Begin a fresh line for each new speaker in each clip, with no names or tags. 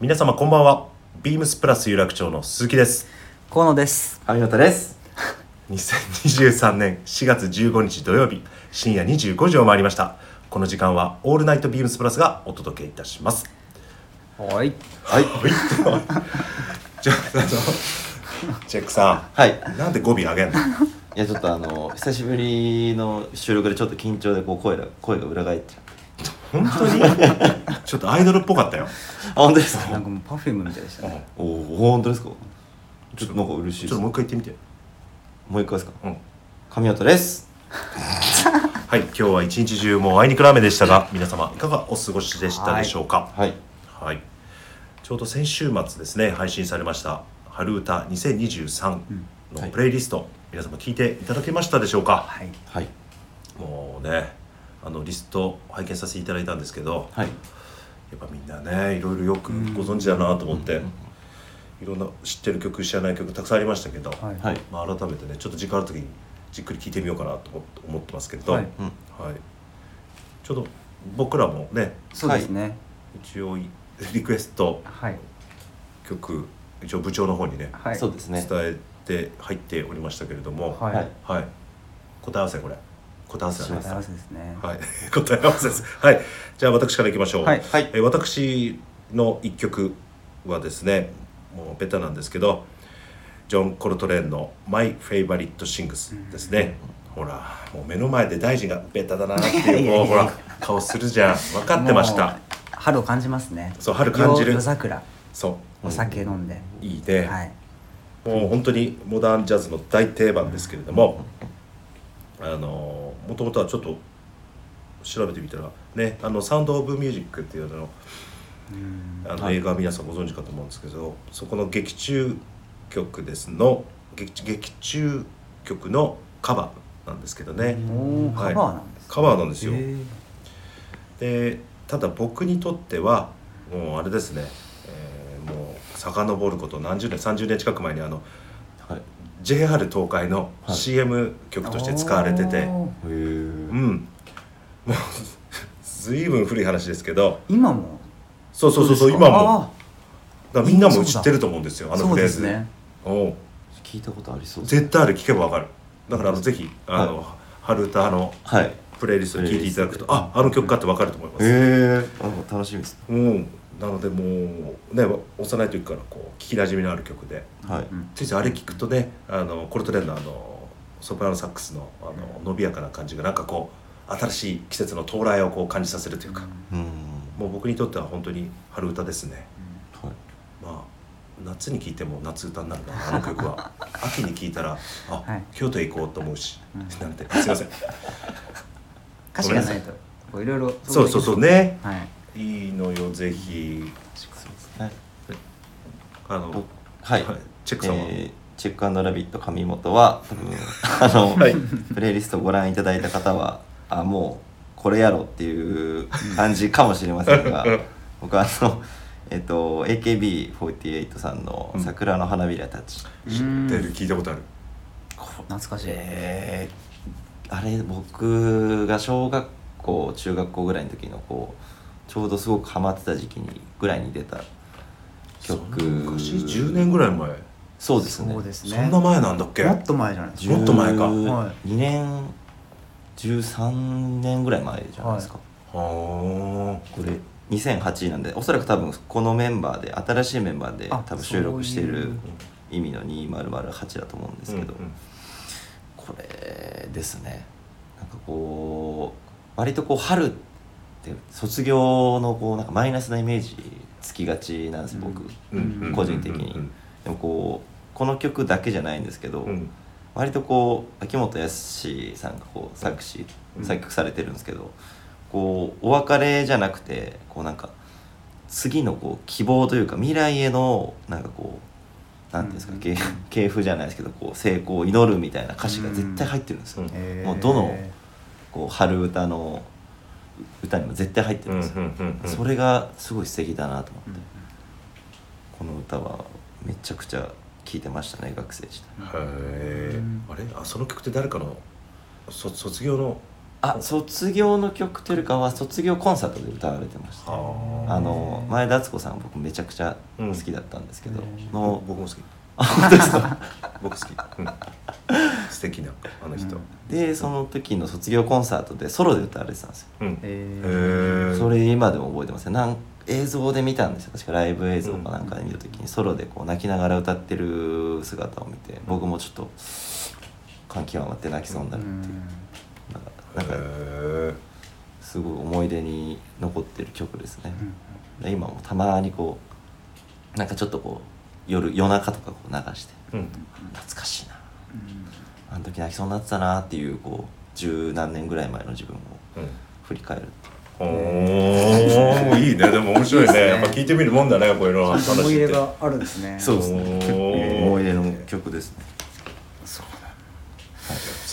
皆様こんばんはビームスプラス有楽町の鈴木です
河野です
ありがとうです。
2023年4月15日土曜日深夜25時を回りましたこの時間はオールナイトビームスプラスがお届けいたします
はい
はい。
はい ちょっとあのチェックさ
はい。
んなんで語尾上げんの
いや、ちょっとあの、久しぶりの収録でちょっと緊張で、こう、声が、声が裏返っちゃって。
本当にちょっとアイドルっぽかったよ
あ、本当です
な
か
んかもうパフュームみたいでしたね
おお、本当ですかちょっとなんか嬉
ちょ
しいで
っ
す。
とも
も
う一回言ってみて
う一回ですか
うん
神音です。
はい今日は一日中もうあいにくの雨でしたが皆様いかがお過ごしでしたでしょうか
はい。
はい、ちょうど先週末ですね配信されました「春歌2023」
うんは
の
い
プレイリスト、皆様聞いていただけましたでしょうか
はい
はい。
もうねあのリスト拝見させていただいたんですけど
はい。
やっぱみんなねいろいろよくご存知だなと思って、いろんな知ってる曲知らない曲たくさんありましたけど、
はい
はい。
まあ、改めてねちょっと時間ある時にじっくり聞いてみようかなと思って思ってますけど、
はい
はい
うん。
ちょうど僕らもね
そうですね
一応いリクエスト
はい
曲一応部長の方にね
はい
そうですね
伝。えて入っておりましたけれども、
はい
はい
はい、答え合わせこれ答え合わせだね
します
幸せですね
はい 答え合わせですはいじゃあ私からいきましょう、
はい
はい。
えー私の一曲はですねもうベタなんですけどジョン・コルトレーンの「My Favorite Things」ですね、ほらもう目の前で大臣がベタだなって
いやい
い
や
う
い
こ
や
うほら顔するじゃん分かってまし
もう
た
春を感じますね
そう春感じる
夜夜桜
そ
お酒飲んで、
ういいね、
はい
もう本当にモダンジャズの大定番ですけれども、あのもともとはちょっと調べてみたらね「あのサウンド・オブ・ミュージック」っていうあの
うん
あの
はい
映画は皆さんご存知かと思うんですけどそこの劇中曲ですの劇劇中曲のカバーなんですけどね、
おー
はい
カバーなんですね
カバーなんですよ。
へー
でただ僕にとってはもうあれですね、えーもう遡ること何十年30年近く前にあの
はい。へ
JR 東海の
はい
CM 曲として使われてて、
おー
え。
うんもう ずいぶん古い話ですけど
今も
そうそうそうそう
です
今
か
も
あ
だからみんなも知ってると思うんですよ
ー
あの
そう
フレ
で
ー
す
ズ、
ね
おう
聞いたことありそう。
絶対あれ聞けばわかるだからあのぜひあの、春歌の
はい。へ
プレイリストに聞いていただくと
プレイリ
ああの曲かってわかると思います、
え。なんか楽しみです。
うんなのでもうね幼い時からこう聞きなじみのある曲で
はい。
うん
ついついあれ聞くとねあのコルトレーンのあのソプラノサックスのあの伸びやかな感じがなんかこう新しい季節の到来をこう感じさせるというか、
うん。
もう僕にとっては本当に春歌ですね
はい。
まあ夏に聴いても夏歌になるなあの曲は秋に聴いたらあ、
はい
京都へ行こうと思うし、
うん
なんてすいません
歌詞がないとこういろいろ
そうそうそうね
はい
いいのよぜひ
そうですね。
あの
はい、
はいチェックさんは
えーチェックラビット神本は多分あ の、
はい
プレイリストをご覧いただいた方はあもうこれやろっていう感じかもしれませ んが僕はあのえっ、と AKB48 さんの
う
「
ん
桜の花びらたち」
知ってる聞いたことある
懐かしい、
えーあれ僕が小学校中学校ぐらいの時のこうちょうどすごくハマってた時期にぐらいに出た曲
そんな昔10年ぐらい前
そうですね
そうですね
そんな前なんだっけ
もっと前じゃないですか
もっと前か
は
2年13年ぐらい前じゃないですか、
は
これ2008なんでおそらく多分このメンバーで新しいメンバーで
あ
多分収録してい
そうい
る
う
意味の2008だと思うんで
です
けど、これですねなんかこう割とこう春って卒業のこうなんかマイナスなイメージつきがちなんです僕、
うん
個人的に、でもこうこの曲だけじゃないんですけど、
うん
割とこう秋元康さんがこう作詞
うん
作曲されてるんですけど、こうお別れじゃなくてこうなんか次のこう希望というか未来へのなんかこうなんていうんですか、
うん
け系譜じゃないですけどこう成功を祈るみたいな歌詞が絶対入ってるんですよ、
うん
へー
もうどのこう春歌の歌にも絶対入って
う
る
んうん
んです
う
よ、
んうん
それがすごい素敵だなと思って、
うん
この歌はめちゃくちゃ聴いてましたね学生時代
へえ
うん
あれあその曲って誰かのそ卒業の
あ卒業の曲というよりかは卒業コンサートで歌われてました
は
あの前田敦子さん僕めちゃくちゃ好きだったんですけど、
うん
あ
の
僕も好き
あ本当ですか
僕好き、うん、素敵なあの人
うん
でその時の卒業コンサートでソロで歌われてたんですよ、
うん
えー、
へえ
それ今でも覚えてますねなん映像で見たんですよ確かライブ映像かなんかで見た時にソロでこう泣きながら歌ってる姿を見て僕もちょっと感極まって泣きそうになるっていう、なんかなんか
へ
すごい思い出に残ってる曲ですね、
うん
今もたまにこうなんかちょっとこう夜夜中とかこう流して
えうん
懐かしいなあの時泣きそうになってたなっていうこう十何年ぐらい前の自分を
うん
振り返る
おーいいねでも面白いね
いいですね
やっぱ聞いてみるもんだねこういうの話
うん、思い入
っ
れ
て
があるんですね
そうです
ね
思い出の曲ですね
そう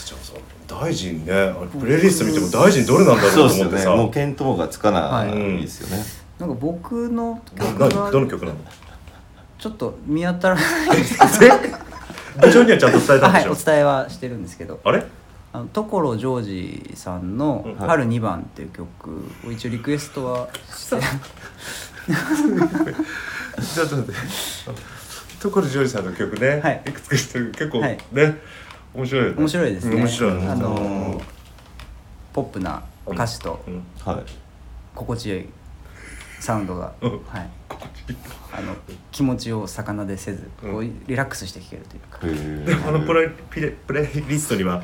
ちょっと大臣ねあれプレイリスト見ても大臣どれなんだ
そ
ろ
う
う
で
と
す
思
よ
って
ね
さ、
もう見当がつかないですよね、
なんか僕の
な
曲
何どの
が
曲なの
ちょっと見当たらないですけど
部長にはちゃんと伝えたん
は
で
い
しょ、
お伝えはしてるんですけど
あれ
あの所ジョージさんの
うん
「春2番」っていう曲を一応リクエストはして、
ちょっと待って所ジョージさんの曲ね、
はい
いくつか知ってる結構ね、
はい
面白いよね
面白いですね
面白い
あ
うん
のポップな歌詞と
うん
はい
心地よいサウンドが、
うん
はい、あの気持ちを魚でせず、こうリラックスして聴けるというか
へー
でもあのプレプレプレイリストには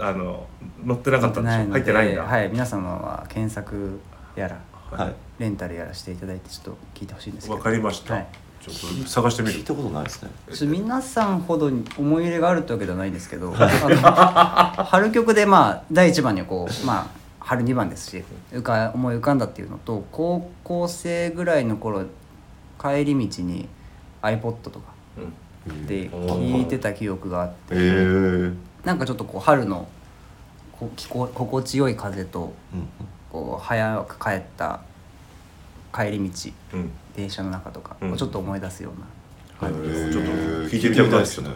あの載ってなかったんでしょ入ってないんだ、
はい、皆様は検索やら
はい
レンタルやらしていただいてちょっと聞いてほしいんですけど
わかりました、
はい
ちょっと探してみ
聞い
る
たことないですね
ちょっと皆さんほどに思い入れがあるってわけではないんですけ ど、あの春曲でまあ第1番にこうまあ春2番ですし浮か思い浮かんだっていうのと高校生ぐらいの頃帰り道に iPod とか
うん
で
うん
聴いてた記憶があって
へえうん
なんかちょっとこう春のこう気候心地よい風とこう早く帰った帰り道
うん
電車の中とか
うん
をちょっと思い出すような、
はい、
ー
ちょっと聞いてみたいですね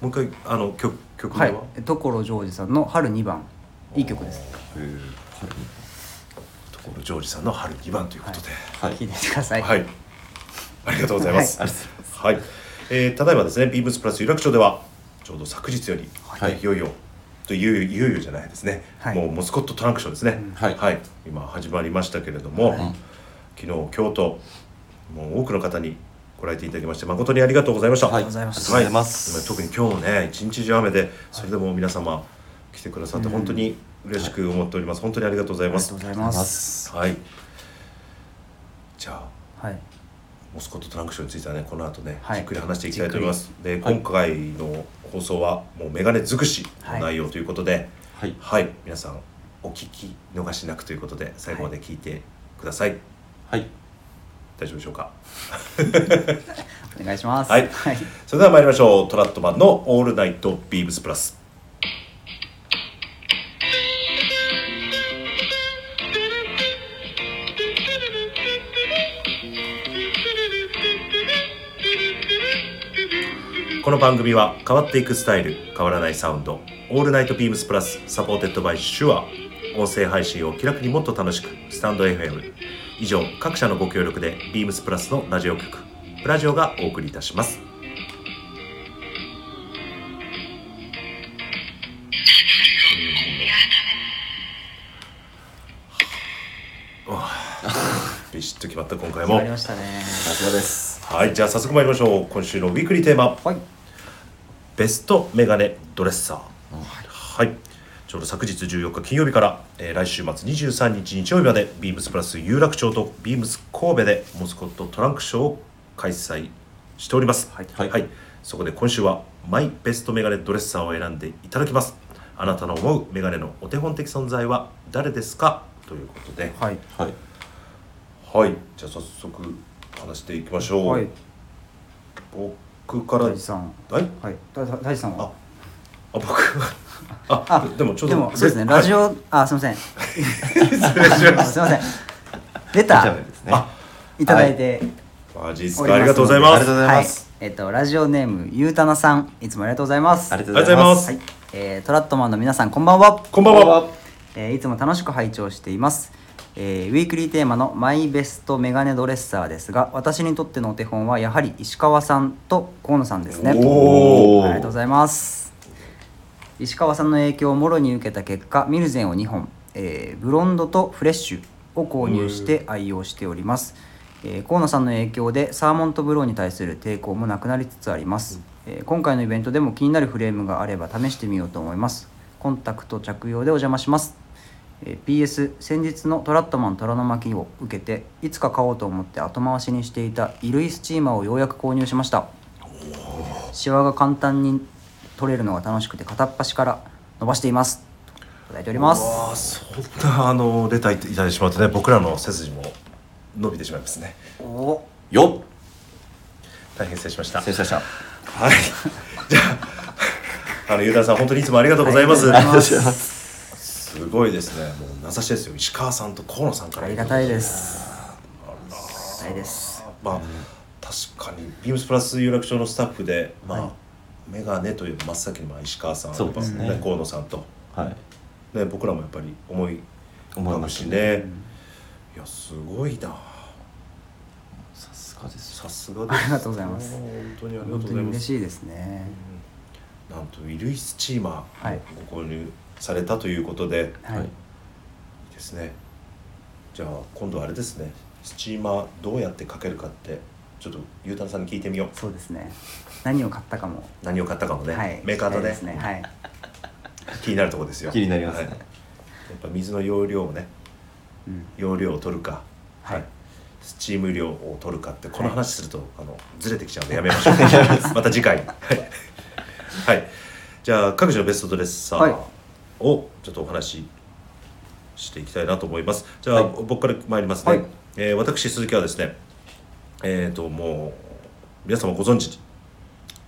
もう一回あの曲曲名
は
は、
い所ジョージさんの「春2番」いい曲です
へえ
所ジョージさんの春2番ということで、
は
聴
い
いてみてくださ、
はいい、ありがとうございます。
は
はいい、えーただいまですね、ビームスプラス有楽町ではちょうど昨日より、
はい
い、よいよといよいよいよいよじゃないですね。
はい
もうモスコットトランクションですね。
はい
今始まりましたけれども、
はい
昨日京都もう多くの方にご来店いただきまして誠にありがとうございました。
はい
ありがとうございます
ありがとうございます
はい特に今日もね一日中雨でそれでも皆様来てくださって本当に嬉しく思っております。本当にありがとうござい
あり
ま
がと
す
うご。ざい
ありがとうござ
ま
いますす
はい。じゃあ。
はい
モスコットトランクションについてはねこの後ね、
はい
じっくり話していきたいと思いますで今回の放送はもうメガネ尽くしの内容ということで
はい
はい、皆さんお聞き逃しなくということで最後まで聞いてください、
はい
大丈夫でしょうか
お願いします
はい
はい、
それでは参りましょうトラットマンの「オールナイトビームスプラス」この番組は変わっていくスタイル変わらないサウンド「オールナイトビームスプラス」サポーテッドバイシュア音声配信を気楽にもっと楽しくスタンド FM 以上各社のご協力でビームスプラスのラジオ局プラジオがお送りいたしますビシッと決まった今回
決ま
も
りましたね
さすがです
はいじゃあ早速参りましょう今週のウィークリーテーマ
はい
ベストメガネドレッサー、はいちょうど昨日14日金曜日から、えー来週末23日日曜日までビームスプラス有楽町とビームス神戸でモスコットトランクショーを開催しております
はい
はい、そこで今週はマイベストメガネドレッサーを選んでいただきますあなたの思うメガネのお手本的存在は誰ですかということで
はい
はい
はいじゃあ早速話していきましょう、
はい
僕から
大地さん
はい
はいだだ大地さんは
あ僕はあでもちょう
で
ど
もそうですね
はい
ラジオあすいませんす
失礼し
い
ま。
ますせんレ
以
タ
上
ー
ですね
あ
いただいて
マジっす
お
か。
り
あり
ますので
がとうございます。
ありがとうございます
はいえっとラジオネームゆうたなさんいつもありがとうございます
ありがとうございます
ありがとうございます
はいえートラットマンの皆さんこんばんは
こんばんは。
ええーいつも楽しく拝聴しています、えーウィークリーテーマの「マイベストメガネドレッサー」ですが私にとってのお手本はやはり石川さんと河野さんですね
おー
ありがとうございます石川さんの影響をもろに受けた結果ミルゼンを2本、えーブロンドとフレッシュを購入して愛用しております、えー河野さんの影響でサーモンとブローに対する抵抗もなくなりつつあります、えー今回のイベントでも気になるフレームがあれば試してみようと思いますコンタクト着用でお邪魔します、えー PS 先日のトラットマン虎の巻を受けていつか買おうと思って後回しにしていた衣類スチーマーをようやく購入しましたシワが簡単に取れるのが楽しくて片っ端から伸ばしていますといただいております
ああそんなあのレターいただいてしまうとね僕らの背筋も伸びてしまいますね
お
よ
大変失礼しました
っ失礼しました
はい じゃああのゆうたさん本当にいつもありがとうございます、
ありがとうござい
ありがとうござ
ま
います
すごいですねもう名指しですよ石川さんと河野さんから
ありがたいですありがたいです
まあ、確かにビームスプラス有楽町のスタッフで、まあ
はい
メガネという真っ先にまあ石川さん
そうですね
やっぱ河野さんと、
はい
ね、僕らもやっぱり思い
思
浮
い
かぶ
ま
し
す
ね
ね
いやすごいな
さすがです
さすがです
ありがとうございます
本当にありが
本
とうご
当
ざい
に
ま
嬉
す
しいですね
なんと衣類スチーマ
は
ー
い
をご購入されたということで、
はい、
はい
いいですねじゃあ今度はあれですねスチーマーどうやってかけるかってちょっとゆうたんさんに聞いてみよう
そうですね何を買ったかも、
何を買ったかもね、
はい
メーカーと
聞きたい
ね
ですねはい
気になるところですよ
気になりますね
はいやっぱ水の容量をね
うん
容量を取るか、
はい
スチーム量を取るかってこの
はい
話すると、あのずれてきちゃうんでやめま しょうまた次回はい、はい、じゃあ各自のベストドレッサ
はい
ーをちょっとお話ししていきたいなと思いますじゃあ、
はい
僕から参りますね、
はい
えー私鈴木はですねえっ、ともう皆様ご存知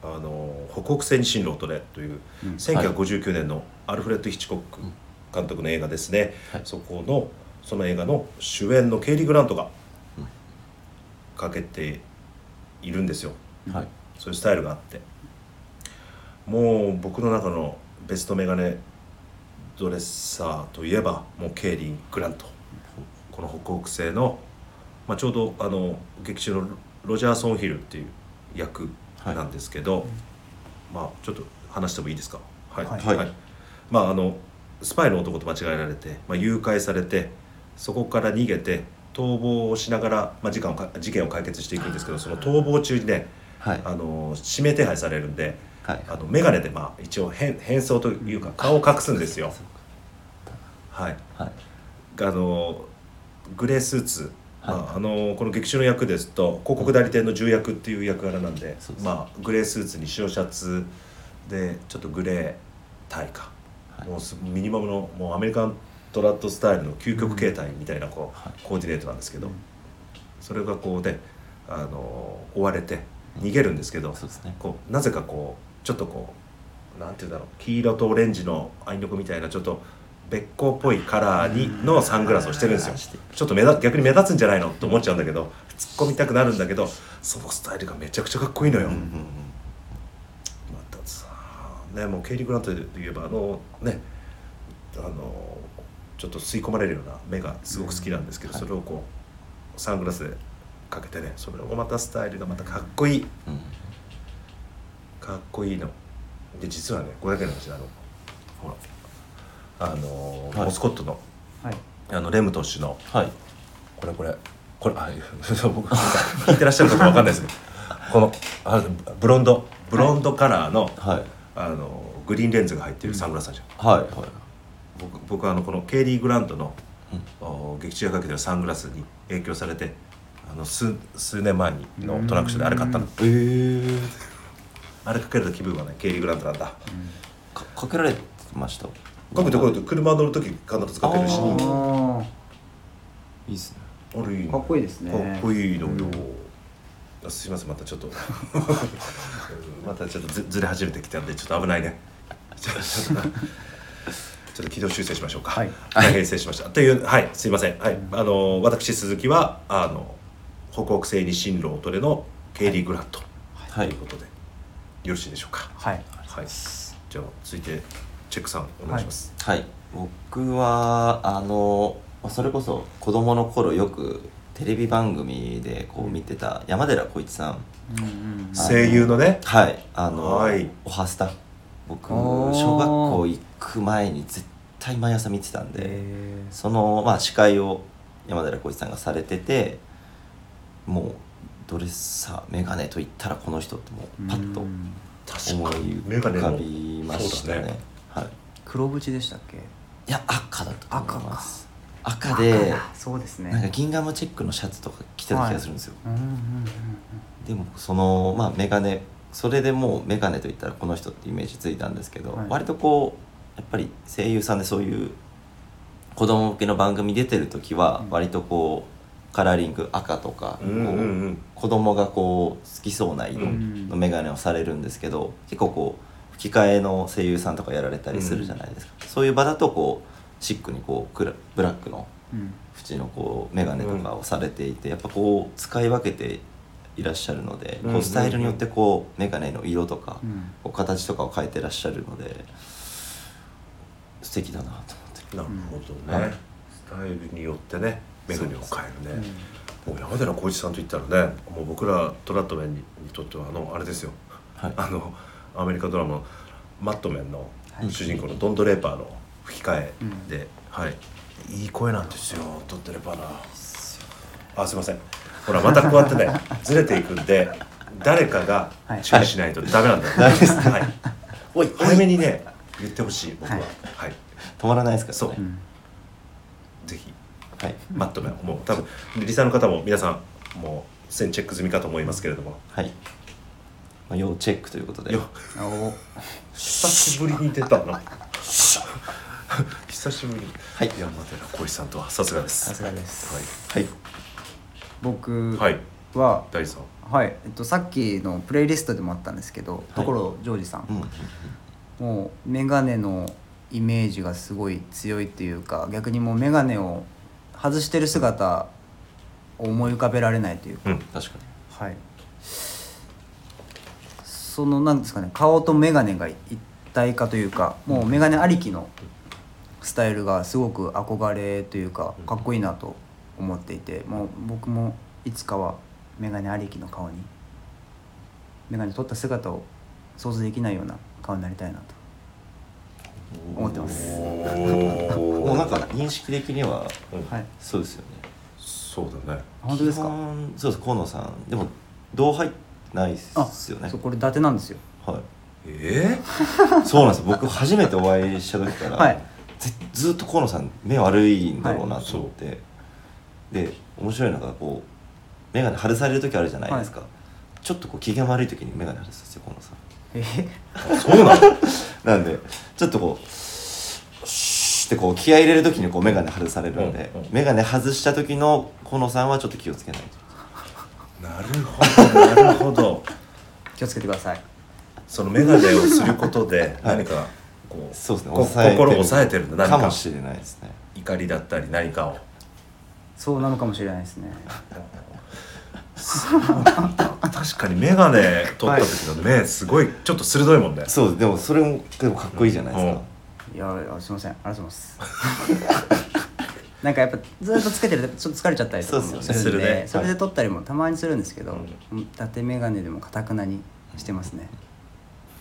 あの北北西に進路を取れという、
うん
1959年のアルフレッド・ヒッチコック監督の映画ですね、
はい
そこのその映画の主演のケイリー・グラントが
うん
かけているんですよ
はい
そういうスタイルがあってもう僕の中のベストメガネドレッサーといえばもうケイリー・グラントこの北北西の、まあ、ちょうどあの劇中のロジャー・ソンヒルっていう役なんですけど、まあちょっと話してもいいですかはい
はい
はい
まああのスパイの男と間違えられて、まあ、誘拐されてそこから逃げて逃亡をしながら、まあ、時間をか事件を解決していくんですけどその逃亡中にね
はい
あの指名手配されるんで
はい
あの眼鏡でまあ一応変変装というか顔を隠すんですよ。はい、
はい
あのグレースーツ、
はい
まあ、あのこの劇中の役ですと広告代理店の重役っていう役柄なんで、
そうです
まあ、グレースーツに白シャツでちょっとグレータイか、
はい
もうすミニマムのもうアメリカントラットスタイルの究極形態みたいなこう、
はい
コーディネートなんですけど、それがこうであの追われて逃げるんですけど、
そうですね
こうなぜかこうちょっとこうなんていうんだろう黄色とオレンジのアイノコみたいなちょっとべっこうっぽいカラーにのサングラスをしてるんですよ
あーして
ちょっと目立逆に目立つんじゃないのと思っちゃうんだけど突っ込みたくなるんだけどそのスタイルがめちゃくちゃかっこいいのよ、
うんうん
またさねもうケイリー・グラントで言えばあのねあのちょっと吸い込まれるような目がすごく好きなんですけど、
うんはい
それをこうサングラスでかけてねそれをまたスタイルがまたかっこいい
うん
かっこいいので実はね500円の話あのほらあのー
はい
モスコットの
はい
あのレム投手の
はい
これこれこれあ 僕聞いてらっしゃるかわかんないですけどこのあブロンドブロンドカラーの、
はい
あのグリーンレンズが入ってるサングラスあるじゃん、
はいはい
僕僕はあのこのケイリー・グラントの、
うん
お劇中がかけてるサングラスに影響されてあの数数年前にのトランクションであれ買ったの
えー
あれかけると気分がねケイリー・グラントなんだ
かかけられてました
かけてこうやって車乗る時必ずかけるし
あ
お
ー
ー
いいですね
あれいいね
かっこいいですね
かっこいいのよ、
うん
あすいませんまたちょっと またちょっとずずれ始めてきたんでちょっと危ないね ちょっとちょっと軌道修正しましょうか
はい
大変失礼しましたというはいすいませんはいあの私鈴木はあの北北西に進路を取れのケイリー・グラント
はい
ということで、よろしいでしょうか
はい
はいじゃあ続いてチェックさんお願いします、
はい僕はあのそれこそ子供の頃よくテレビ番組でこう見てた山寺宏一さん
うんうん
はい
声優のね
はいあの、
はい
おはスタ僕
おー
小学校行く前に絶対毎朝見てたんで、
え
その、まあ、司会を山寺宏一さんがされててもうドレッサーメガネと言ったらこの人ってもうパッと
うん
確
思
かに
い
メガネ
浮か
の
びましたね
そうだね
はい、
黒縁でしたっけ
いや赤だったと思います赤
赤
で
だそうですね
なんかギンガムチェックのシャツとか着てた気がするんですよ、
うんうんうん
でもそのまあメガネそれでもうメガネといったらこの人ってイメージついたんですけど、
はい
割とこうやっぱり声優さんでそういう子供向けの番組出てる時は
うん
割とこうカラーリング赤とか、
うんうんう
こうん子供がこう好きそうな色
うん
のメガネをされるんですけど結構こう吹き替えの声優さんとかやられたりするじゃないですか、そういう場だとこうシックにこうクラブラックの
うん
縁のこう眼鏡とかをされていて、やっぱこう使い分けていらっしゃるので、
うんうん
こ
う
うんスタイルによってこう眼鏡の色とか、
うん
こう形とかを変えてらっしゃるので素敵だなと思って
なるほどね、
うん
スタイルによってねメガネを変えるね、
う
もう山寺宏一さんといったらねもう僕らトラットメンににとってはあのあれですよ
はい
あのアメリカドラマの「マットメン」の
はい
主人公のドン・ドレーパーの吹き替
うん
えで、はい、いい声なんですよドン・ドレーパーなあすいませんほらまたこうやってねずれていくんで誰かが
はい
注意しないとダメなんだよ、はいおい早めにね言ってほしい僕は
はい
はい、
止まらないですからね
そう
うん
ぜひ
はい、
マットメンもう多分リサの方も皆さんもうすでにチェック済みかと思いますけれども
はいまあ、要チェックということで
よ
お
久しぶりに出たな久しぶりに、
はい
山寺浩一さんとはさすがです
さすがです
はい
僕
はい、はい、
は
大地さん
はいえっとさっきのプレイリストでもあったんですけど所ジョージさん
うん
もうメガネのイメージがすごい強いっていうか逆にもうメガネを外してる姿を思い浮かべられないというか、
うん
確か
は
に
いそのなんですかね顔とメガネが一体化というかもうメガネありきのスタイルがすごく憧れというかかっこいいなと思っていてもう僕もいつかはメガネありきの顔にメガネ取った姿を想像できないような顔になりたいなと思ってます
お
も
お
うなんか認識的には
はい
そうですよね
そうだね
本当です
基
か
本そうです河野さんでも同輩ないっ
あ
すよね
そうこれ伊達なんですよ
はい
え
そうなんです僕初めてお会いした時から、
はい
ずずっと河野さん目悪いんだろうなと思って、で面白いのがこう眼鏡外される時あるじゃないですか、ちょっとこう機嫌悪い時に眼鏡外すんですよ河野さん
え
ー、そうなの
なんでちょっとこうシーってこう気合い入れる時にこう眼鏡外されるんで、
うんうん
眼鏡外した時の河野さんはちょっと気をつけないと
なるほどなるほど
気をつけてください
その眼鏡をすることで何かこう
そうですね
こ心を抑えてるんだ
か
何
も
か
しれないですね
怒りだったり何かを
そうなのかもしれないですね
確かに眼鏡取った時の目すごいちょっと鋭いもんね
そうでもそれもでもかっこいいじゃないですか、
うん
いやあすいませんありがとうございます なんかやっぱずっとつけてるとちょっと疲れちゃったりとか
そう
も
です
す
よ
ね
るんで
す
そ
るね
れで撮ったりもたまにするんですけど、
う
伊達眼鏡でもかたくなにしてますね、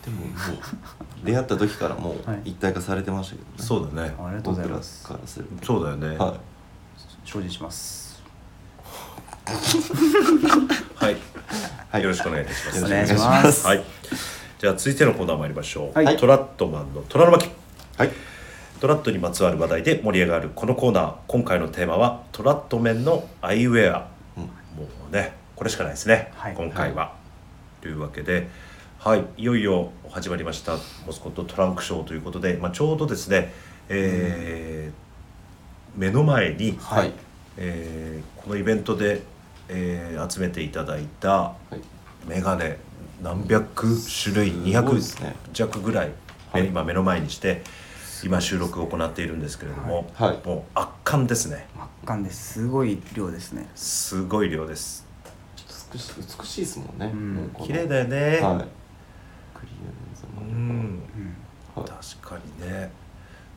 でももう出会った時からもう
はい
一体化されてましたけどね、
そうだね
ありがとうございます
僕らからすると
そうだよね
は
精進します
はい、
はい
よろしくお願いいたします
よ
お
ろしくお願
願
い
い
し
し
ます
ます
はい。じゃあ続いてのコーナー参りましょう。
はい
トラットマンの虎の巻。
い、はい、
トラットにまつわる話題で盛り上がるこのコーナー。今回のテーマはトラットメンのアイウェア。
うん
もうね、これしかないですね。
はい
今回は、というわけで。はい、いよいよ始まりましたモスコットトランクショーということで、まあ、ちょうどですね、えー目の前に、
はい
えーこのイベントで、えー集めていただいたメガネ何百種類
すごいです
200
ね
弱ぐらい、ね
はい
今目の前にして今収録を行っているんですけれども、
はいはい
もう圧巻ですね
圧巻ですごい量ですね
すごい量です
ちょっと美しい美しいですもんね、
うん
もうこの
綺麗だよね、
はいクリアレンズもあれば
うん
うん
はい
確かにね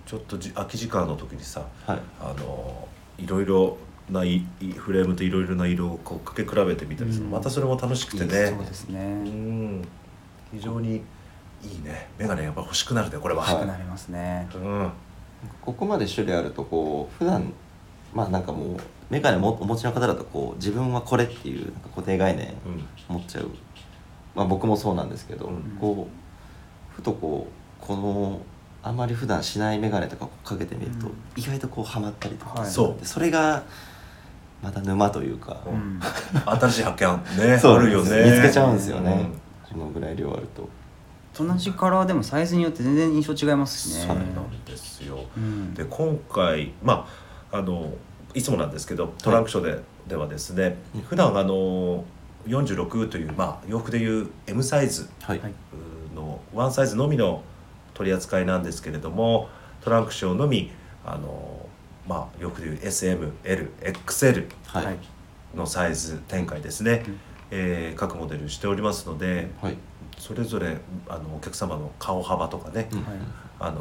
ちょっとじ空き時間の時にさ
はい
あのいろいろないいフレームといろいろな色をこうかけ比べてみたりする、
うん
またそれも楽しくてね
そうですね
うん非常にいいね眼鏡やっぱ欲しくなるねこれは、
欲しくなりますね、
うん
ここまで種類あるとこう普段まあなんかもうメガネもお持ちの方だとこう自分はこれっていうなんか固定概念
うん
持っちゃう、まあ、僕もそうなんですけど、
うん
こうふとこうこのあまり普段しないメガネとかこうかけてみると、
うん
意外とこうハマったりとか、
はい
そう
でそれがまた沼というか、
うん
新しい発見ね
そ
あ
う
るよね
見つけちゃうんですよね、
ん
このぐらい量あると
同じカラーでもサイズによって全然印象違いますしね
そうなんですよ、
うん
で今回まああのいつもなんですけどトランクショーで,、ではですね
うん
普段あの46という、まあ、洋服でいう M サイズ
はい、
はい
のワンサイズのみの取り扱いなんですけれどもトランクショーのみあの、まあ、洋服でいう SMLXL
はい
はい
のサイズ展開ですね、
うん
えー各モデルしておりますので
はい
それぞれあのお客様の顔幅とかね、
うん
はい
あの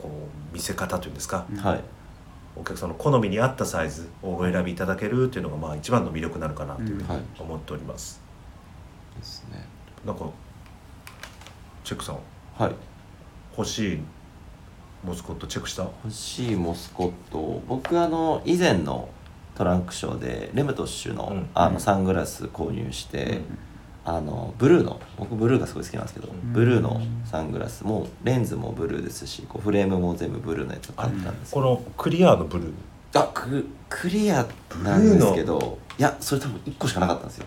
こう見せ方というんですか、
うん
はい
お客さんの好みに合ったサイズをお選びいただけるっていうのがまあ一番の魅力なのかなというふうに
はい
思っております、
ですね
なんかチェックさん
はい
欲しいモスコットチェックした
欲しいモスコット僕あの以前のトランクショーでレムトッシュの,、
うん
あ
うん
のサングラス購入して、
うん
あのブルーの僕ブルーがすごい好きなんですけど、
ん
ブルーのサングラスもレンズもブルーですしこうフレームも全部ブルーのやつを買ったんです
このクリアのブルー
あククリアなんですけどいやそれ多分1個しかなかったんですよ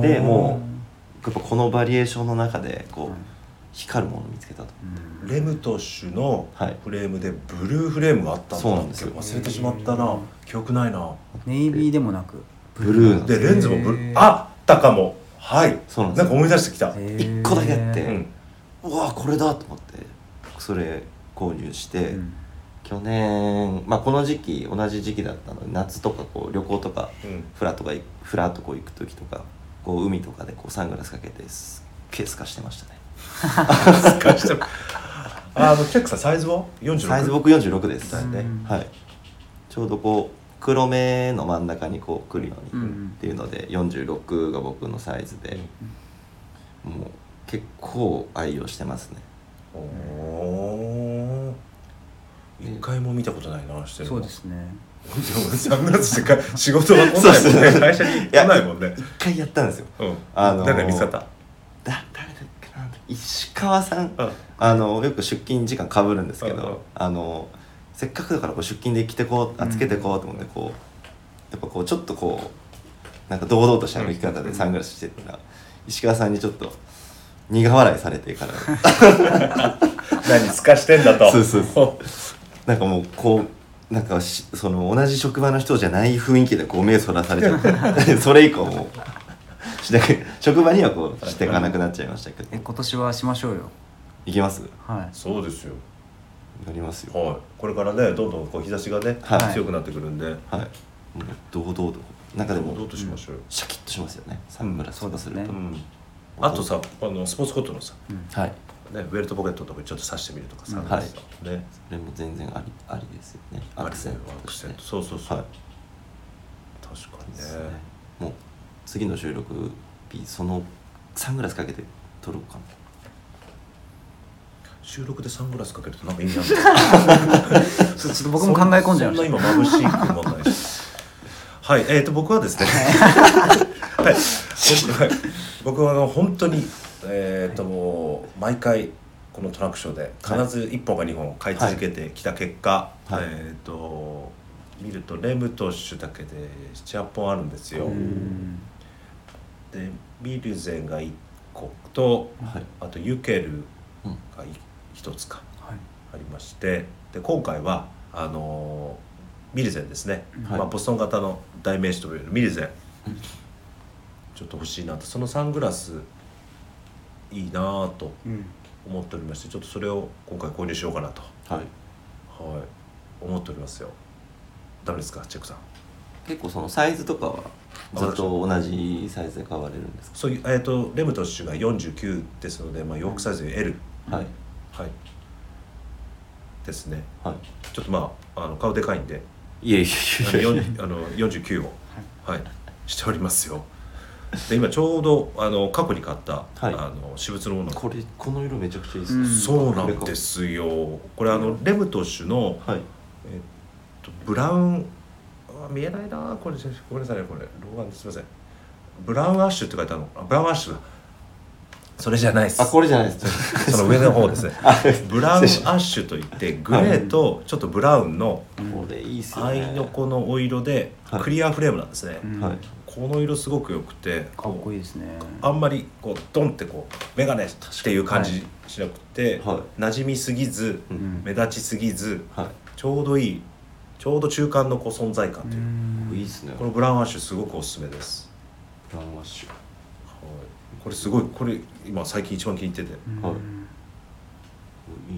でもやっぱこのバリエーションの中でこう、
はい
光るものを見つけたと
うん
レムトッシュの
はい
フレームでブルーフレームがあったんだっけ
そうなんですよ
忘れてしまったな記憶ないな
ネイビーでもなく
ブルーなんで
です
よ
レンズもブル
へ
ー
ー
あったかもはい
そうなんで
な
すよ
んか思い出してきた、
1個だけあって、
うん
うわこれだと思ってそれ購入して、
うん
去年、まあ、この時期同じ時期だったので夏とかこう旅行とか
うん
フラとかいフラとこう行く時とかこう海とかでこうサングラスかけてすっげえ透かしてましたね
すかしてるあのチェックさんサイズは 46?
サイズ僕46です、
だよね
うん
はい、ちょうどこう黒目の真ん中にこう来るよう
うんう
に
ん
っていうので46が僕のサイズでもう結構愛用してますね
おおー一回も見たことないなしてる
そうですね
でもサングラスしてか仕事は来ないもん
そうそ
ね
う
会社に来ないもんね
一回やったんですよ
うん
あのー
誰か見つかった
だ誰だっけな石川さん
あ
あのよく出勤時間かぶるんですけ
うんうん
どあのせっかくだからこう出勤で着てこうあ
うん
つけてこうと思ってこうやっぱこうちょっとこうなんか堂々とした歩き方でサングラスしてたら石川さんにちょっと苦笑いされて から
何すかしてんだと
そうそうそなんかもうこうなんかしその同じ職場の人じゃない雰囲気でこう目そらされちゃって それ以降もうしなく職場にはこうしていかなくなっちゃいましたけ
え
ど
今年はしましょうよ
いきます
はい
そうですよ
乗りますよ
はいこれからねどんどんこう日差しがね、
はい
強くなってくるんで
はい。もう堂々と。なんかで
ど
も
う、としましょうよ、
シャキッとしますよね。サングラスとかする
そう
と。
ですね
うんあとさあのスポーツコットのさ、
うん
はい。
ね、ウェルトポケットのとかにちょっと刺してみるとかさ、サ
うん
ングラスとかね
それも全然あり、ありですよね。アクセント
ア
と
ク
し
セ
て。
ントそうそうそう、
はい
確かに
ですね
ね。
もう、次の収録日、そのサングラスかけて撮ろうかな。
収録でサングラスかけるとなんか意味ある
ちょちょっと僕も考え込んじゃいま
そ
し
んな今眩しい雲ないしはいえー、と僕はですねはい僕はい僕はあの本当にえー、ともう毎回このトランクショーで必ず1本か2本買い続けてきた結果、
はい
えー、と見るとレムトッシュだけで78本あるんですよ
たうん
でビルゼンが1個と
はい。
あとユケル
うん。
が1つか
はい
ありましてで今回はあのーミルゼンですね、
はい
まあ、ボストン型の代名詞ともいえるミルゼン、ちょっと欲しいなとそのサングラスいいなぁと
うん
思っておりましてちょっとそれを今回購入しようかなと、
はい。
はい、思っておりますよダメですかチェックさん
結構そのサイズとかは、ずっと同じサイズで買われるんです
そういう、えー、とレムトッシュが49ですので、まあ、ヨークサイズ L
か。はい。
はいですね
はい
ちょっとまああの顔でかいん で
いやいや
あ
い
の
やいや
よんあの49を、はい、しておりますよで今ちょうどあの過去に買った、
はい
あの私物のもの
これこの色めちゃくちゃいいです
うん
ね、
そうなんですよこれあのレムトッシュの
はい
ブラウンあ見えないなこれごめんなさいねこれ老眼ですいませんブラウンアッシュって書いてあるのあブラウンアッシュだそれじゃないです
あこれじゃないです
その上の方ですね
あ
ブラウンア ッシュといってグレーとちょっとブラウンの
これいいっすよね
藍のこのお色で
はい
クリアフレームなんですね、
うん
はい
この色すごく良くて
かっこいいですね
あんまりこうドンってこうメガネっていう感じしなくて、
は
馴染みすぎず
う
うん
ん
目立ちすぎず
は
ちょうどいいちょうど中間のこう存在感という、
いいいっすね
このブラウンアッシュすごくおすすめです、
ブラウンアッシュ
はい、これすごいこれ今最近一番気に入ってて
うん
はいいい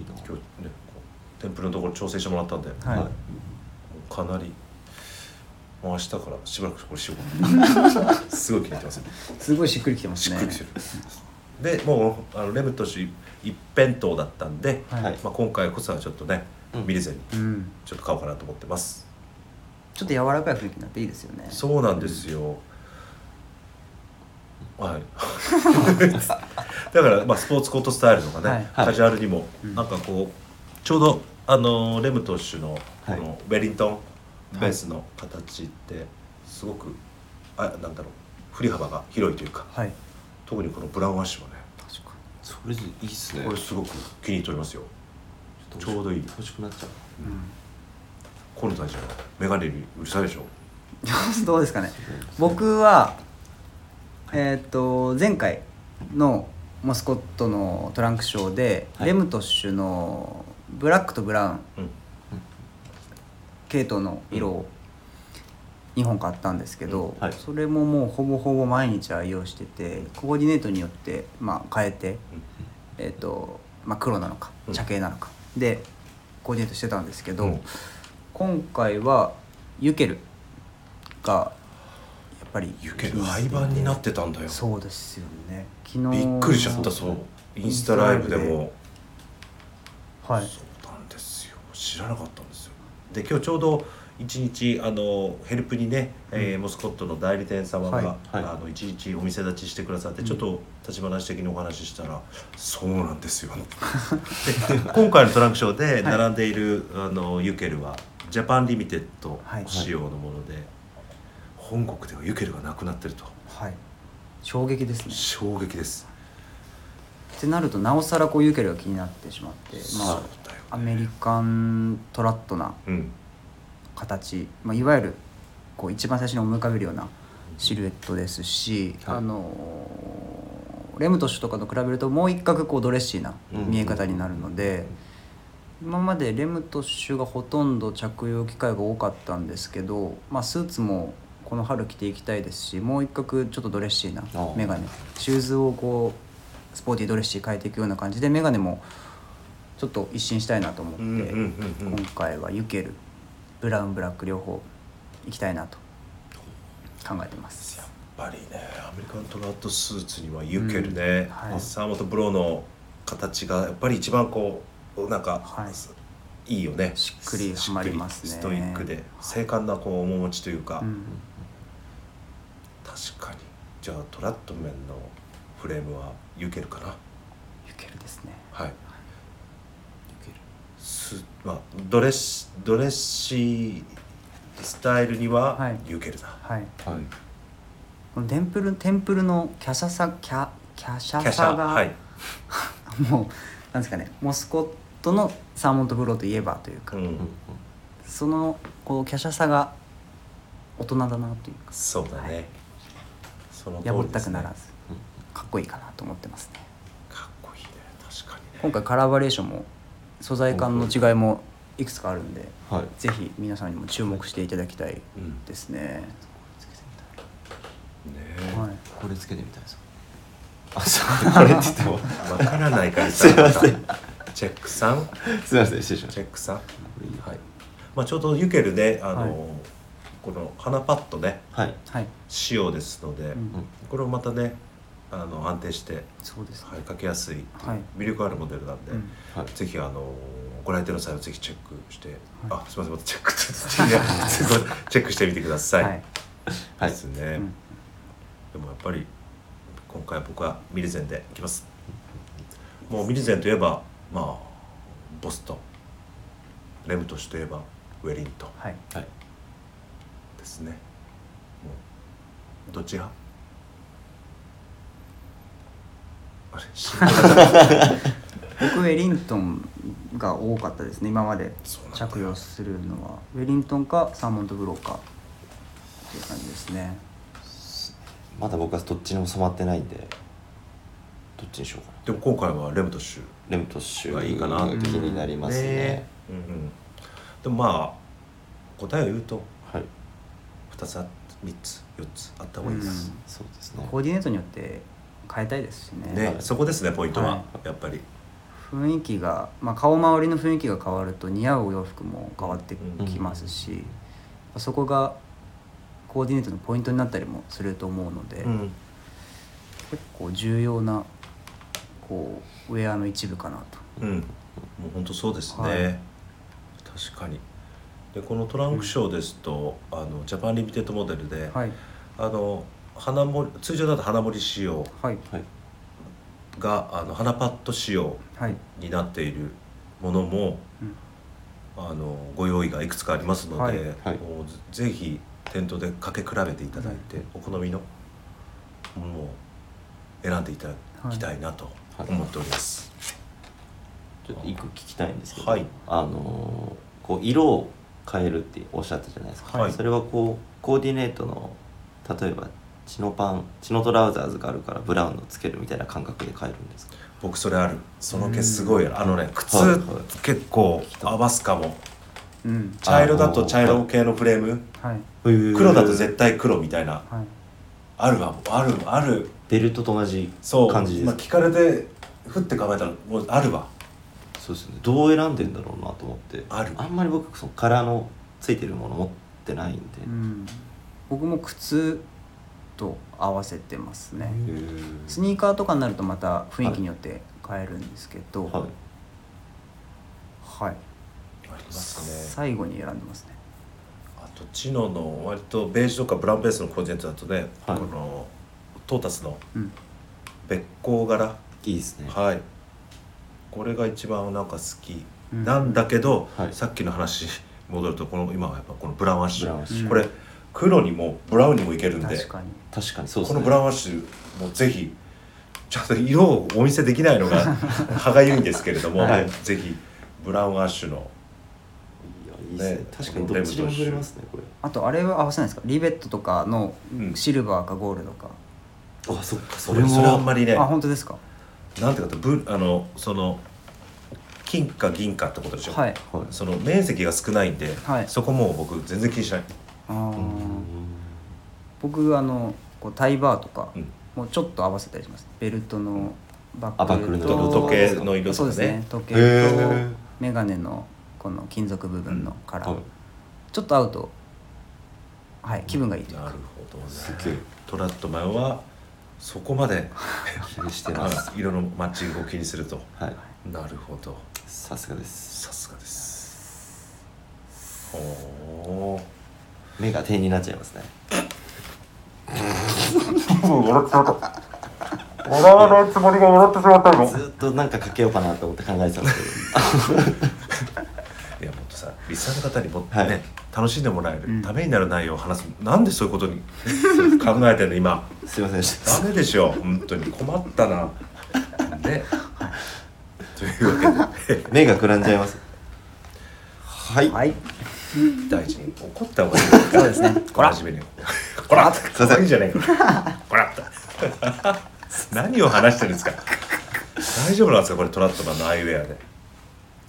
な
今日ねこうテンプルのところ調整してもらったんで、
はい
はい
かなりもう明日からしばらくこれしようすごい気に入ってます
すごいしっくりきてます
し
ね
っくりしてる、でもうあのレムト氏一辺倒だったんで、
はい
はい
まあ、今回こそはちょっとね、
うん
見れずに
うん
ちょっと買おうかなと思ってます、
ちょっと柔らかい雰囲気になっていいですよね
そうなんですよ、はいだから、まあ、スポーツコートスタイルとかね、
はい
はい
カジュアルにも、
うん
なんかこうちょうどあのレムト氏のこ
は
のウェリントンベースの形ってすごく、あなんだろう振り幅が広いというか
はい
特にこのブラウンアッシュはね
確か
それでいいっすね
これすごく気に入っておりますよちょうどいい
欲しくなっちゃう
に、うん
河野大臣はメガネにうるさいでしょ
どうですかね僕はえーっ、と前回のモスコットのトランクショーで、
はい
レムトッシュのブラックとブラウン
うん
系統の色を2本買ったんですけど、
うんはい
それももうほぼほぼ毎日愛用しててコーディネートによって、まあ、変えて、えーっとまあ、黒なのか
うん
茶系なのか、でコーディネートしてたんですけど、
うん
今回はユケルがやっぱり
ゆける廃盤になってたんだよ
そうですよね昨日
びっくりしちゃったそうインスタライブでも
はい
そうなんですよ知らなかったんですよで今日ちょうど一日あのヘルプにね、えーモスコットの代理店様が、
はい
はい
あの一日お店立ちしてくださって、ちょっと立ち話的にお話ししたら「そうなんです よ」で今回のトランクショーで並んでいる、あのユケルはジャパンリミテッド
はい
仕様のもので、本国ではユケルがなくなってると
はい衝撃ですね
衝撃です。
ってなるとなおさらこうユーケルが気になってしまって
そう
ま
だよ
あアメリカントラットな
うん
形、まあ、いわゆるこう一番最初に思い浮かべるようなシルエットですし、
はい
あのーレムトッシュとかと比べるともう一角こうドレッシーな見え方になるので、今までレムトッシュがほとんど着用機会が多かったんですけど、まあ、スーツもこの春着ていきたいですしもう一角ちょっとドレッシーな
ああ
メガネシューズをこうスポーティードレッシー変えていくような感じでメガネもちょっと一新したいなと思って。
うんうんうんうん
今回はユケルブラウンブラック両方行きたいなと考えてます
やっぱりねアメリカントラットスーツにはユケルね、
うんはい
サーモトブローの形がやっぱり一番こうなんか、、
はい
いよね
しっくりはまりますね
しっくりストイックで精悍なこう面持ちというか、
うん
確かにじゃあトラット面のフレームはユケルかな
ユケルですね
はいす、まあ、ドレッシドレッシースタイルに
は
はいユケルだ、
はい
はい
このテンプルテンプルの華奢さキャキャシ
キ
ャ
ャシ
さ
ャ
が、
はい、
もうなんですかねモスコットのサーモントブローといえばというか、
うん
うんうん
そのこう華奢さが大人だなというか
そうだね、
はい
その通
やぼっ
りで
た
す
く
ね
ならずかっこいいかなと思ってますね
かっこいいね確かにね
今回カラーバリエーションも素材感の違いもいくつかあるんで
はい
ぜひ皆さんにも注目していただきたい
うん
ですね。
ね
はい、
これつけてみたい ですあそうこれって言っても
わからないから
すいません
チェックさん
すみません失礼しまし
チェックさんは
た
い、まあ、ちょうどユケルであの、
はい
この鼻パッドね
はい
はい、
仕様ですので、
うん
うん
これをまたねあの安定して、
そうですね
はい、かけやすいっていう
はい
魅力あるモデルなんで、
うん
はい
ぜひあのご来店の際はぜひチェックして、
は
あすみませんまたチェックって言って すごいチェックしてみてください。
はい
はい
ですね、
うん
でもやっぱり今回僕はミリゼンで行きます。もうミリゼンといえばまあボストン、レムトシといえばウェリントン
はい
はい
ですね。もうどっち派？あれし
僕ウェリントンが多かったですね今まで
そうなんだ
着用するのはウェリントンかサーモントブローかっていう感じですね
まだ僕はどっちにも染まってないんでどっちにしようかな
でも今回はレムトシュ。
レムトッシュ
がいいかな
気になりますね
うんうん、でもまあ答えを言うと
はい
2つあ3つ4つあった方がいいです、
そうですね
コーディネートによって変えたいですしね
ね、そこですねポイントは、
は
やっぱり
雰囲気が、まあ、顔周りの雰囲気が変わると似合うお洋服も変わってきますし、そこがコーディネートのポイントになったりもすると思うので、
うん
結構重要なこうウェアの一部かなと
うんもう本当そうですね、
はい
確かにでこのトランクショーですと、あのジャパンリミテッドモデルで、
はい
あの花盛り通常だと花盛り仕様
はい
はい
があの花パッド仕様
はい、
になっているものも
うん
あのご用意がいくつかありますので、
はい
はい
もうぜぜひ店頭でかけ比べていただいて、お好みのものを選んでいただきたいなと思っております。
ちょっと一個聞きたいんですけど、
はい
あのーこう色を変えるっておっしゃったじゃないですか、
はい
それはこうコーディネートの例えばチノパンチノトラウザーズがあるからブラウンのつけるみたいな感覚で変えるんですか
僕それあるその毛すごいあのね靴、
はいはい
結構合わすかも
うん
茶色だと茶色系のフレーム
はい
黒だと絶対黒みたいな
はい
あるわあるある
ベルトと同じ
そう
感じです
まあ、聞かれてふって考えたらもうあるわ
そうですねどう選んでんだろうなと思って
ある
んまり僕その柄のついてるもの持ってないんで、
うん、僕も靴と合わせてますね、
へ
スニーカーとかになるとまた雰囲気によって変えるんですけど
ーはい
はい
ありますね
最後に選んでますね
あとチノの割とベージュとかブラウンベースのコーディネートだとね、
はい
このトータスの
うん
別光柄
いいですね
はいこれが一番なんか好き
うん
なんだけど、
はい
さっきの話に戻るとこの今はやっぱこのブラウンアッシ
ブラウンア
ュ
ッシュ、
うん
これ黒にもブラウンにもいけるんで
確かに
確かにそうで
こ
すね
のブラウンアッシュもぜひちょっと色をお見せできないのが 歯がゆいんですけれども、
はい
ぜひブラウンアッシュの
いやいいですね
ね
確かにどっちでも振れますねこれ
あとあれは合わせないですかリベットとかの
うん
シルバーかゴールドか、
あそっか
それそれあんまりね
あ本当ですか
なんていうかとぶあのその金か銀かってことでしょ、
はい
はい
その面積が少ないんで、
はい
そこもう僕全然気にしない、
あー
うん
僕あのこうタイバーとか
うん
もうちょっと合わせたりしますベルトのバ
あ
ッ
バ
ク
ックルの
と
時計の色とかね
そうですね時計
へ
と
ー
メガネのこの金属部分のカラー、
はい
ちょっと合うとはい気分がいいという
な
か
るほどね
すげえ
トラットマンはそこまで
気にしてます
あの色のマッチングを気にすると
はい
なるほど
さすがです
さすがですおお
目が点になっちゃいますね
笑わないつもりが笑ってしまったの。
ずっとなんかかけようかなと思って考えてたんですけど
いやもっとさリスナーの方にもっとね、
はい
楽しんでもらえ
うん
るためになる内容を話す、なんでそういうことに 考えてんの今
あすいませんでし
ダ
た
メでしょ本当に困った なねというわけで
目がくらんじゃいますはい、
はい
大臣怒った方がいいそう ですねこら真 面目にこらこらいいじゃないかこら 何を話してるんですか大丈夫なんですかこれトラットマンのアイウェアで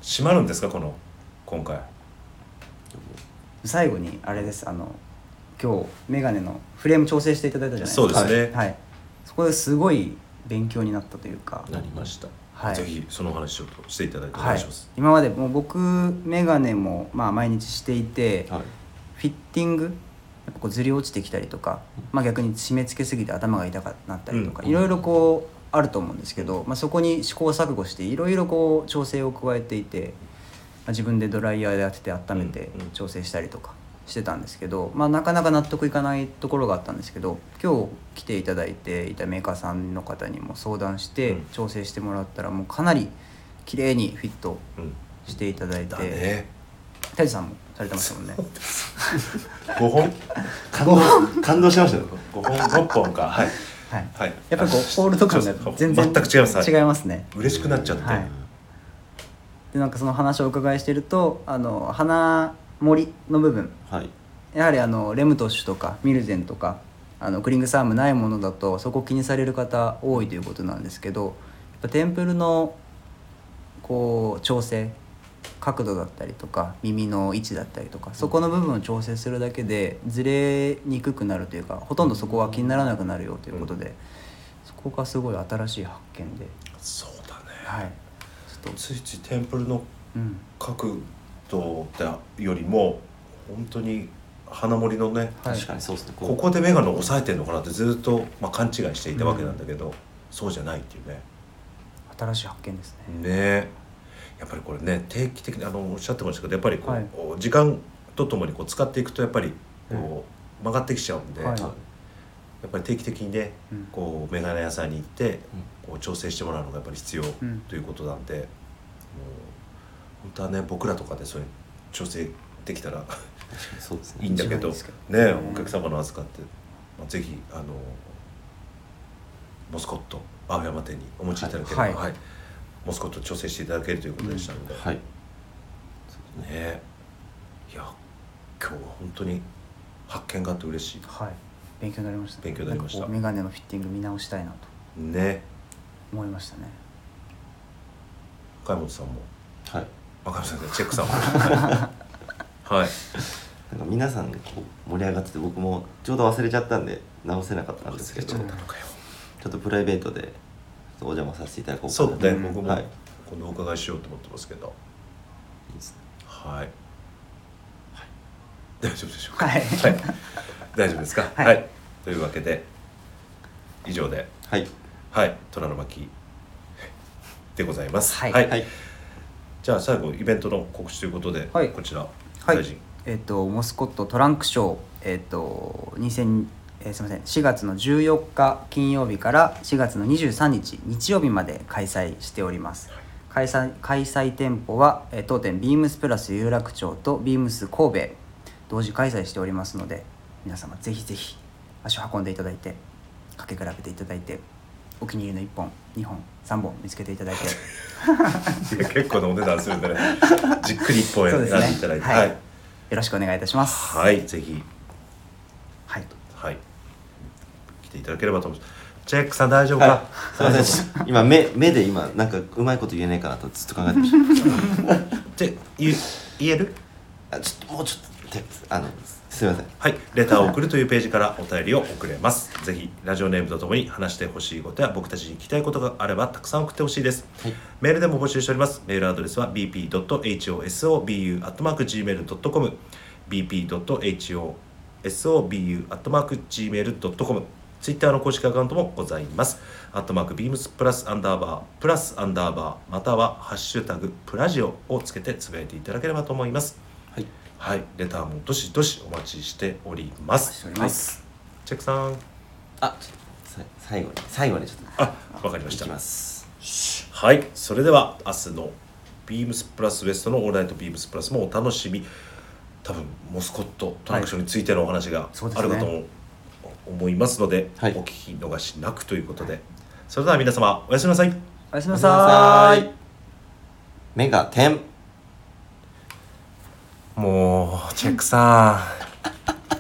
閉まるんですかこの今回
最後にあれですあの今日メガネのフレーム調整していただいたじゃないですか
そうですね、
はい、そこですごい勉強になったというか、
なりました、
はい
ぜひそのお話ちょっとしていただいてお願
はいい
します、、
今までもう僕メガネもまあ毎日していて、
はい
フィッティングやっぱこうずり落ちてきたりとか、まあ、逆に締め付けすぎて頭が痛くなったりとか、
うん
いろいろこうあると思うんですけど、まあ、そこに試行錯誤していろいろこう調整を加えていて、まあ自分でドライヤーで当てて温めて
うんうん
調整したりとかしてたんですけど、まあ、なかなか納得いかないところがあったんですけど今日来ていただいていたメーカーさんの方にも相談し
う
て
ん
調整してもらったらもうかなり綺麗にフィット
うん
していただいて、
だね
太一さんもされてましたも んね。
5本
感動感動しましたよ
5本6本かはい
はい
はい
やっぱりこうホールド感が全
全
然
く違いますはい
違いますね。
嬉しくなっちゃって、
はい。でなんかその話をお伺いしてるとあの花森の部分
はい
やはりあのレムトッシュとかミルゼンとかあのクリングサームないものだとそこ気にされる方多いということなんですけどやっぱテンプルのこう調整角度だったりとか耳の位置だったりとかそこの部分を調整するだけでずれにくくなるというかほとんどそこは気にならなくなるよということで、そこがすごい新しい発見で、
そうだね
はいちょっと、
ついついテンプルの
うん、
角度だよりも本当に花盛りのね、
はい
確かにそうですね
ここで眼鏡を抑えてるのかなってずっと、まあ、勘違いしていたわけなんだけど、そうじゃないっていうね。
新しい発見ですね。
ねやっぱりこれね定期的にあのおっしゃってましたけどやっぱりこう、
はい
こう時間とともにこう使っていくとやっぱりこう、曲がってきちゃうんで、
はい
やっぱり定期的にね
うん
こう眼鏡屋さんに行ってこう調整してもらうのがやっぱり必要
ん
ということなんで、もう本当はね僕らとかでそれ調整できたら
そうです
いい
ね
んだけど
一番いいですけ
ねお客様の扱って、まあ、ぜひあのモスコット青山店にお持ちいただければ、は
はいい
モスコット調整していただけるということでしたので、
はい
ねいや今日は本当に発見があって嬉しい
はい、勉強になりました。
勉強になりました
んかこうメガネのフィッティング見直したいなと
ね
思いましたね。
赤本さんも
はい
赤本さんねチェックさんもはい
なんか皆さんでこう盛り上がってて僕もちょうど忘れちゃったんで直せなかったんですけど
忘
ちょ
れ
っ
ちゃったのかよ
とプライベートでちょっとお邪魔させていただこうか
そ
な
うね、
うん
僕も
はいい
今度お伺いしようと思ってますけど、
いですね
はい。大丈夫でしょうか。
はい
大丈夫ですか。
はい
はい。というわけで以上で、
はい
はい、虎の巻でございます。
はい
はい
じゃあ最後イベントの告知ということで、
はい
こちら、
はい
大臣。
えっ、とモスコットトランクショーえっ、と2000えーすみません4月の14日金曜日から4月の23日日曜日まで開催しております。開催開催店舗は、えー当店ビームスプラス有楽町とビームス神戸同時開催しておりますので皆様ぜひぜひ足を運んでいただいてかけ比べていただいてお気に入りの1本2本3本見つけていただ いて
いや結構なお値段するんで ね、じっくり一本
そう
選
で
ん
す
でいただ
ね
いて、
はい、よろしくお願いいたします。
はい、はい、ぜひ
はい
はい来ていただければと思います。チェックさん大丈夫か。
はいすいませんちょっと今目目で今なんかうまいこと言えないかなとずっと考えてまし
って言言える
たあちょっともうちょっと手あのすいません
はい、レターを送るというページからお便りを送れます。ぜひラジオネームとともに話してほしいことや僕たちに聞きたいことがあればたくさん送ってほしいです。
はい
メールでも募集しております。メールアドレスは bp.hosobu@gmail.com bp.hosobu@gmail.com ツイッターの公式アカウントもございます。アットマークビームスプラスアンダーバープラスアンダーバーまたはハッシュタグプラジオをつけてつぶやいていただければと思います。
はい
はい、レターもどしどしお待ちしております。
お待ちしております
チェックさん、
あちょっとさ最後に最後にちょっ
あ、わかり
と
ま
い
した
き。ます
はい、それでは明日のビームスプラスウエストのオールナイトビームスプラスもお楽しみ。多分モスコットトランクションについてのお話が
そうで
あ
す
る
ね
かとも思いますので、
はい
お聞き逃しなくということで、それでは皆様おやすみなさい。
おやすみ
お
なさ
や
ー
す
い
みなさ目が点
もうチェックさん。